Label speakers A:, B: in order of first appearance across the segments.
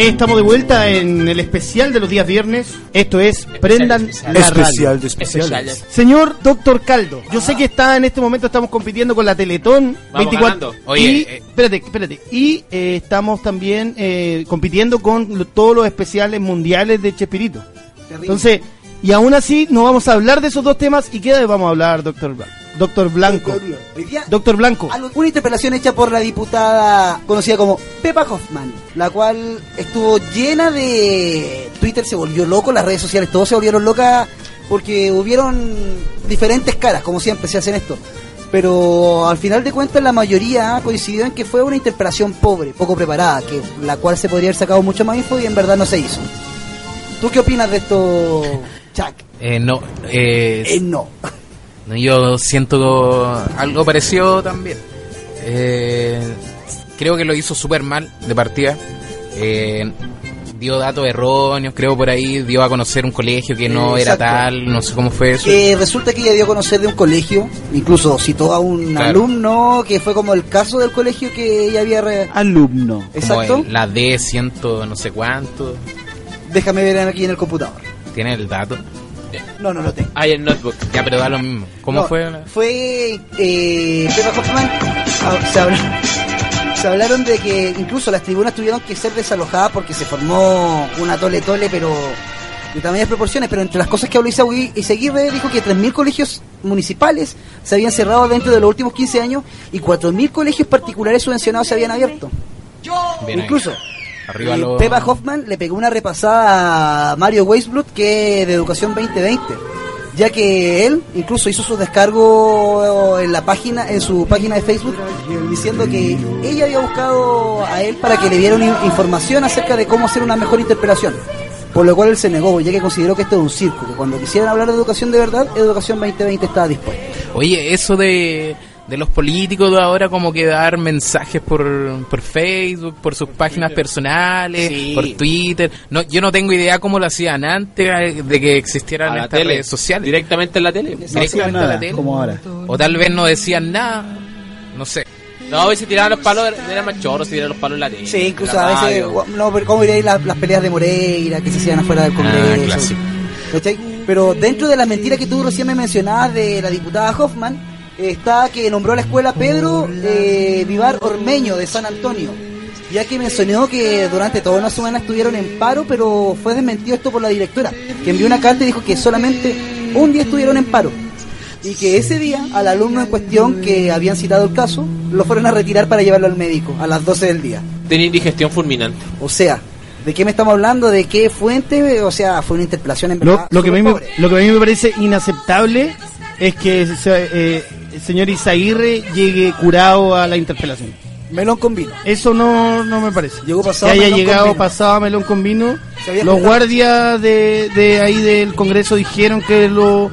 A: Eh, Estamos de vuelta en el especial de los días viernes. Esto es Prendan
B: especial.
A: la radio.
C: Especial de
B: Especiales.
C: especiales.
A: Señor Doctor Caldo, yo sé que está en este momento estamos compitiendo con la Teletón
B: Vamos
A: 24.
B: ganando. Oye,
A: y,
B: eh.
A: espérate, espérate. Y eh, estamos también eh, compitiendo con lo- todos los especiales mundiales de Chespirito. Entonces, y aún así no vamos a hablar de esos dos temas y qué vamos a hablar, Doctor Blanco. Doctor Blanco.
D: Hoy día,
A: Doctor Blanco.
D: algo- una interpelación hecha por la diputada conocida como Pepa Hoffman, la cual estuvo llena de Twitter se volvió loco, las redes sociales todos se volvieron locas porque hubieron diferentes caras, como siempre se hacen esto. Pero al final de cuentas la mayoría coincidió en que fue una interpelación pobre, poco preparada, que la cual se podría haber sacado mucho más info y en verdad no se hizo. ¿Tú qué opinas de esto, Chuck?
E: Eh, no, eh,
D: Eh, no.
E: no, yo siento algo parecido también. Eh, creo que lo hizo súper mal de partida. Eh, dio datos erróneos, creo por ahí. Dio a conocer un colegio que no
D: Exacto. Eh,
E: era tal, no sé cómo fue eso.
D: que resulta que ella dio a conocer de un colegio, incluso citó a un
E: Claro.
D: alumno que fue como el caso del colegio que ella había. re-
A: Alumno.
E: Como
D: Exacto.
E: el- la D, ciento, no sé cuánto.
D: Déjame ver aquí en el computador.
E: Tiene el dato.
D: No, no lo tengo.
B: Hay el notebook.
E: Ya, pero da lo mismo. ¿Cómo
D: No,
E: fue?
D: Fue. Eh, Pepa Hoffman. ah, Se, habla- se hablaron de que incluso las tribunas tuvieron que ser desalojadas porque se formó una tole-tole, pero de tamañas proporciones. Pero entre las cosas que habló Isaguirre, Isaguirre dijo que 3.000 colegios municipales se habían cerrado dentro de los últimos 15 años y 4.000 colegios particulares subvencionados se habían abierto.
E: Bien ahí.
D: incluso.
E: Arriba
D: Y
E: lo-
D: Pepa Hoffman le pegó una repasada a Mario Weisblut, que es de Educación 2020, ya que él incluso hizo su descargo en la página, en su página de Facebook, diciendo que ella había buscado a él para que le dieran in- información acerca de cómo hacer una mejor interpelación. Por lo cual él se negó, ya que consideró que esto es un circo, que cuando quisieran hablar de educación de verdad, Educación 2020 estaba dispuesta.
E: Oye, eso de, de los políticos de ahora como que dar mensajes por, por Facebook, por sus páginas personales,
B: Sí.
E: por Twitter. No, yo no tengo idea cómo lo hacían antes eh, de que existieran
B: A la
E: estas
B: tele.
E: redes sociales.
B: Directamente en la tele.
E: Directamente
C: hacían
E: a la
C: nada,
E: tele.
C: como ahora.
E: O tal vez no decían nada. No sé.
B: No, y se tiraban los palos, eran más chorros, se tiraban los palos en la tele.
D: Sí, incluso
B: en la
D: a veces,
B: radio.
D: gua- no, pero ¿cómo iréis las, las peleas de Moreira que se hacían afuera
B: Ah,
D: del Congreso?
E: clásico.
D: ¿Cachai? Pero dentro de las mentiras que tú recién me mencionabas de la diputada Hoffman, eh, está que nombró la escuela Pedro eh, Vivar Ormeño de San Antonio, ya que mencionó que durante toda una semana estuvieron en paro, pero fue desmentido esto por la directora, que envió una carta y dijo que solamente un día estuvieron en paro. Y que ese día al alumno en cuestión que habían citado el caso, lo fueron a retirar para llevarlo al médico a las 12 del día.
B: Tenía indigestión fulminante.
D: O sea, ¿de qué me estamos hablando? ¿De qué fuente? O sea, fue una interpelación en
A: Lo,
D: verdad.
A: lo que a mí
D: Ah, súper
A: me,
D: pobre.
A: lo que a mí me parece inaceptable es que se- eh, el señor Isaguirre llegue curado a la interpelación.
D: Melón con vino.
A: Eso no, no me parece.
D: Llegó pasado
A: que haya
D: melón con
A: llegado
D: vino.
A: pasado a melón con vino.
D: Se había
A: Los
D: juntado.
A: guardias de, de ahí del Congreso dijeron que lo,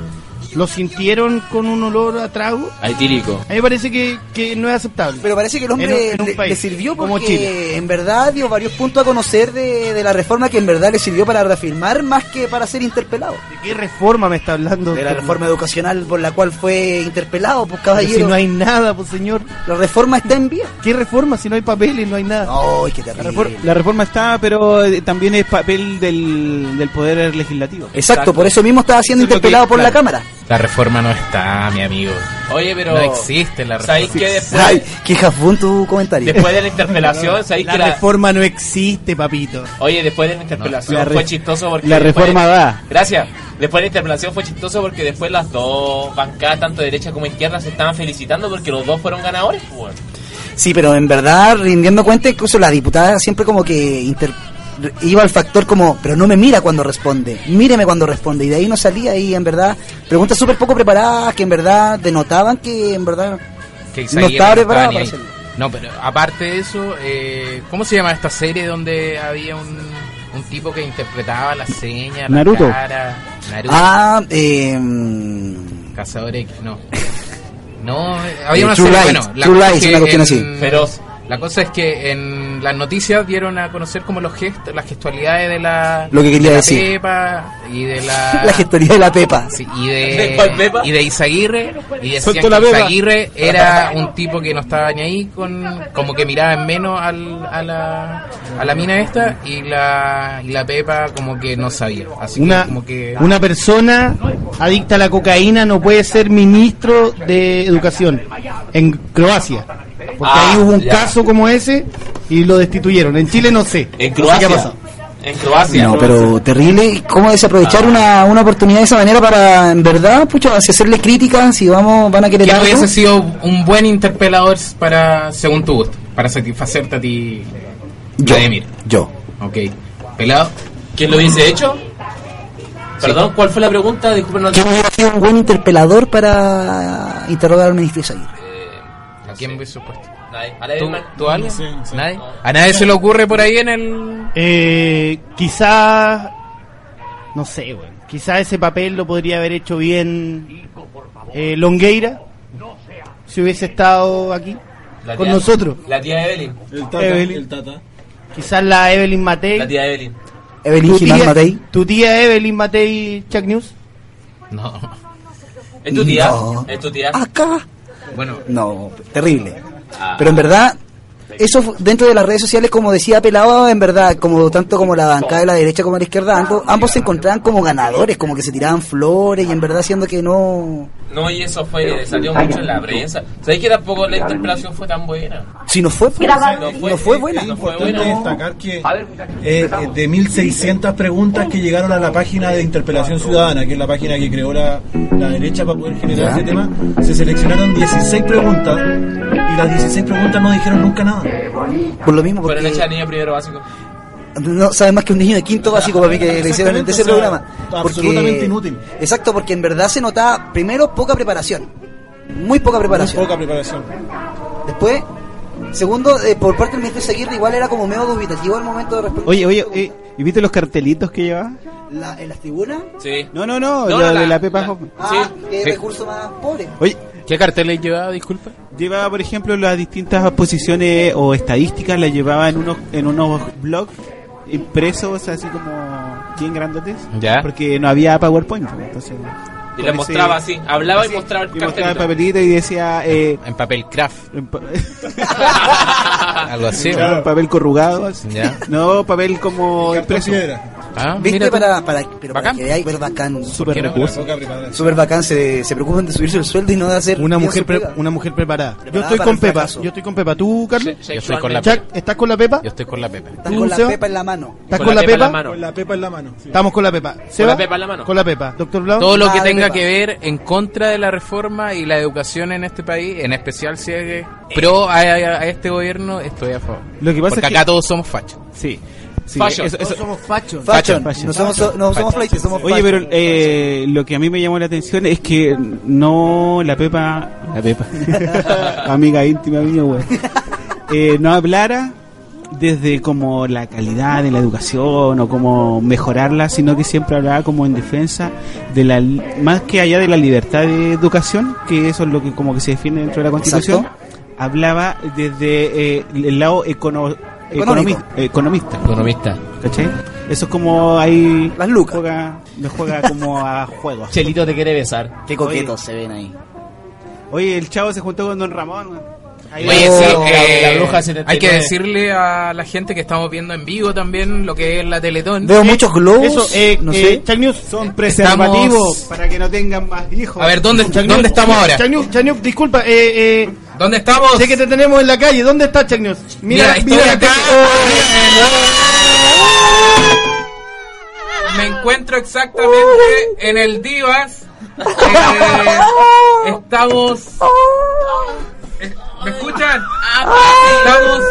A: lo sintieron con un olor a trago.
B: Etílico.
A: A mí me parece que, que no es aceptable.
D: Pero parece que el
A: En un-
D: hombre
A: en un
D: le,
A: país
D: le sirvió
A: como Chile.
D: porque en verdad dio varios puntos a conocer de, de la reforma que en verdad le sirvió para reafirmar más que para ser interpelado.
A: ¿De qué reforma me está hablando?
D: De la
A: doctor?
D: reforma educacional por la cual fue interpelado, pues
A: Pero Si
D: caballero.
A: no hay nada, pues señor.
D: La reforma está en vía.
A: ¿Qué reforma si no hay papeles, no hay nada?
D: Ay, qué
C: La,
D: terrible.
C: refor- la reforma está, pero eh, también es papel del, del Poder Legislativo.
D: Exacto, por eso mismo estaba siendo
C: Eso es lo que-
D: interpelado por la
C: claro.
D: Cámara.
E: La reforma no está, mi amigo.
B: Oye, pero.
E: No existe la
B: ¿Sabéis
E: reforma.
B: que después,
D: Ay, qué jafón tu comentario.
B: después de la interpelación, sabéis que
A: La
B: la.
A: reforma no existe, papito.
B: Oye, después de la interpelación
C: No, la re-
B: fue chistoso porque.
C: la
B: después
C: reforma
B: de-
C: da.
B: Gracias. Después de la interpelación fue chistoso porque después las dos bancadas, tanto derecha como izquierda, se estaban felicitando porque los dos fueron ganadores. pues, bueno.
D: Sí, pero en verdad, rindiendo cuenta, incluso la diputada siempre como que inter- iba al factor como, pero no me mira cuando responde, míreme cuando responde. Y de ahí no salía y en verdad, preguntas súper poco preparadas que en verdad denotaban que en verdad...
E: Que
D: No
E: Isaías
D: estaba preparado
E: ni
D: para
E: ahí.
D: hacerlo.
E: No, pero aparte de eso, eh, ¿cómo se llama esta serie donde había un, un tipo que interpretaba las señas, la
C: Naruto.
E: cara? Naruto.
D: Ah, eh, mm,
E: Cazador X, no. No, eh, había
D: Eh,
E: una
D: True
E: serie,
D: Lies,
E: bueno, la
D: True
E: cosa
D: Lies,
E: es que
D: una cuestión
E: en-
D: así.
B: Feroz.
E: La cosa es que en las noticias dieron a conocer como los gestos, las gestualidades de la
D: Lo que quería
E: de la
D: decir.
E: Pepa y de la,
D: La gestoría de la Pepa.
E: sí, y
B: ¿De
E: de
B: cuál Pepa?
E: y de Izaguirre y decían
A: Soltó
E: que
A: la Pepa.
E: Izaguirre era un tipo que no estaba ni ahí con como que miraba en menos al, a la a la mina esta y la y la Pepa como que no sabía, así
A: Una,
E: que como que
A: una persona adicta a la cocaína no puede ser ministro de educación en Croacia. Porque
B: Ah,
A: ahí hubo un
B: ya.
A: caso como ese y lo destituyeron. En Chile no sé. No sé
B: En
A: qué ha
B: Croacia.
A: pasado.
B: En Croacia.
D: No, pero terrible. ¿Cómo desaprovechar una, una oportunidad de esa manera para, en verdad, pucha, si hacerle críticas, si vamos, van a querer
E: ¿Quién
D: algo?
E: hubiese sido un buen interpelador para según tu gusto, para satisfacerte a ti?
D: Yo,
E: Vladimir.
D: yo.
E: Ok. Pelado.
B: ¿Quién lo hubiese hecho? Perdón, ¿cuál fue la pregunta? Disculpen, no-
D: ¿Quién hubiera sido un buen interpelador para interrogar al ministro Isaguirre?
B: Eh,
E: ¿A quién hubiese puesto?
B: nadie.
E: ¿Tú, tú alguien?
F: Sí, sí.
E: ¿Nadie? ¿A nadie se le ocurre por ahí en el...?
A: Eh, quizás. No sé, güey. Quizás ese papel lo podría haber hecho bien eh, Longueira. Si hubiese estado aquí
B: La
A: con
B: tía-
A: nosotros.
B: La tía Evelyn.
F: El tata,
A: Evelyn.
F: el tata.
A: Quizás la Evelyn Matei.
B: La tía Evelyn.
D: Evelyn
A: tu,
D: Gimán
A: tía,
D: Matei.
A: tu tía Evelyn Matei Chuck News.
E: No.
B: Es tu tía.
D: No.
B: Es tu tía.
D: Acá.
E: Bueno,
D: No, terrible.
B: Ah.
D: Pero en verdad, eso fu- dentro de las redes sociales, como decía Pelado, en verdad, como tanto como la bancada de la derecha como de la izquierda, ambos, ambos se encontraban como ganadores, como que se tiraban flores y en verdad siendo que no...
B: No, y eso fue. Salió mucho en la prensa. ¿Sabéis que tampoco la interpelación fue tan buena?
D: Si no fue, pues,
B: No fue-
D: no fue
F: Es
D: buena.
B: no fue
F: eh, importante
B: buena.
F: destacar que eh, eh, de 1600 preguntas que llegaron a la página de Interpelación Ciudadana, que es la página que creó la, la derecha para poder generar ese tema, se seleccionaron 16 preguntas y las 16 preguntas no dijeron nunca nada.
D: Por lo mismo,
B: Fueron hechas a
D: porque
B: niño primero básico.
D: no sabe más que un niño de quinto básico para mí que le hicieron en
F: Exactamente,
D: ese
F: o sea,
D: programa. Porque-
F: absolutamente inútil.
D: Exacto, porque en verdad se notaba, primero, poca preparación. Muy poca preparación.
F: Poca preparación.
D: Después, segundo, eh, por parte del ministro Seguirre igual era como medio dubitativo el momento de responder.
C: Oye, oye, eh, ¿y viste los cartelitos que llevaba?
D: La- en las tribunas,
B: Sí.
C: No, no, no,
B: No,
C: lo
B: no,
C: de
B: la-
C: la Pepa
B: la-
C: Hoffman.
D: ah,
B: Sí.
D: que es
E: Sí.
D: recurso más pobre.
C: Oye,
E: ¿qué carteles llevaba, disculpa?
C: llevaba, por ejemplo, las distintas posiciones o estadísticas, las llevaba en unos, en unos blogs impresos así como bien grandotes.
E: Ya.
C: Porque no había PowerPoint. pues, Entonces,
B: Y
C: con
B: la
C: ese-
B: mostraba así. Hablaba Ah, y
C: así,
B: mostraba el
C: y mostraba el
B: cartelito.
C: papelito y decía... Eh,
E: En papel craft,
C: en pa-
E: algo así. ¿o?
C: Claro, papel corrugado. así.
E: Ya.
C: No, papel como
F: Cartón
C: impreso.
F: piedra.
E: Ah,
D: ¿Viste?
E: mira tú.
D: Para, para, pero para
E: Bacán.
D: que veáis, pues, bacán.
A: Super
E: qué no?
A: recurso.
F: Poca preparación.
D: Súper bacán, se, se preocupan de subirse el sueldo y no de hacer.
A: Una
D: bien
A: mujer,
D: su
A: pre-
D: pega.
A: una mujer preparada. Yo
D: Preparada
A: estoy
D: para
A: con
D: el
A: Pepa.
D: fracaso.
A: Yo estoy con Pepa. ¿Tú, Carlos?
E: Yo estoy con la
A: Chuck, ¿estás con la Pepa?
E: Yo estoy con la Pepa.
D: Estás con la
A: Seba?
D: pepa en la mano.
A: ¿Estás con la
B: en
A: Pepa?
B: mano.
F: Con la pepa en la mano. sí.
A: Estamos con la Pepa. ¿Seba?
B: la Pepa en la mano.
A: Con la Pepa. Doctor Blau.
E: Todo lo que
D: Ah,
E: tenga
D: Pepa.
E: que ver en contra de la reforma y la educación en este país, en especial si es pro a, a- a este gobierno, estoy a favor.
C: Lo que pasa
E: Porque
C: es que-
E: acá todos somos fachos.
C: Sí. sí,
B: Fashion.
C: eso- eso-
A: fachos.
D: Fashion.
C: Fashion, fashion.
D: No somos, no somos flightes, somos
C: Oye,
D: fashion.
C: pero eh, lo que a mí me llamó la atención es que no la Pepa, la Pepa, amiga íntima mía, güey, eh, no hablara desde como la calidad de la educación o como mejorarla, sino que siempre hablaba como en defensa de la li- más que allá de la libertad de educación, que eso es lo que como que se define dentro de la Constitución, hablaba desde eh, el lado econo-
D: Económico.
C: economi- economista.
B: Economista.
C: ¿Cachai? Eso es como ahí.
D: Las lucas.
C: Juega, me juega como a juegos.
B: Chelito te quiere besar.
D: Qué coquetos se ven ahí.
C: Oye, el chavo se juntó con Don Ramón. weón. Ahí
E: Oye,
D: Oh,
E: sí,
B: la-
E: eh,
B: la bruja 79.
E: hay que decirle a la gente que estamos viendo en vivo también lo que es la Teletón.
D: Veo muchos globos.
A: Eso, eh,
D: no
A: eh,
D: sé.
A: Chuck News.
C: Son preservativos para que no tengan más hijos.
E: A ver, ¿dónde,
A: Chuck
E: ¿dónde
A: News,
E: estamos ahora?
A: Chuck News, Chuck News, disculpa. Eh, eh,
E: ¿Dónde estamos?
A: sé que te tenemos en la calle. ¿Dónde está Chuck News?
E: Mira, estoy
A: la
E: acá.
A: calle. Oh,
E: Me encuentro exactamente en el Divas. Eh, estamos. Eh, ¿Me escuchan? Estamos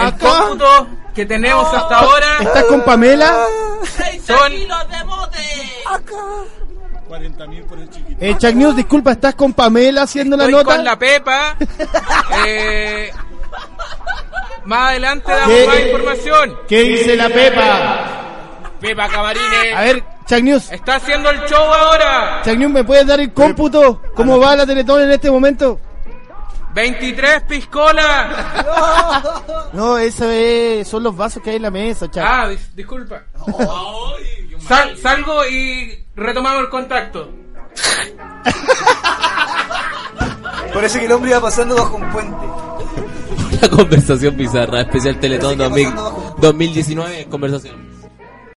E: el cómputo que tenemos hasta
A: Oh.
E: ahora
A: ¿Estás con Pamela?
E: son
F: 40.000 por el chiquito.
A: Eh, Chuck News, disculpa, ¿estás con Pamela haciendo
E: estoy
A: la
E: con
A: nota?
E: la Pepa. Eh, más adelante damos
A: ¿Qué?
E: más información.
A: ¿Qué dice la Pepa?
E: Pepa Camarines
A: A ver, Chuck News.
E: está haciendo el show ahora.
A: Chuck News, ¿me puedes dar el cómputo? ¿Cómo va la Teletón en este momento?
E: 23 piscola.
A: No, eso es, son los vasos que hay en la mesa, chaval.
E: Ah, dis- disculpa. Sal- salgo y retomamos el contacto.
D: Parece que el hombre iba pasando bajo un puente.
B: Una conversación bizarra, especial Teletón
D: Pero sí que
B: 2000
D: pasando bajo.
B: 2019, conversación.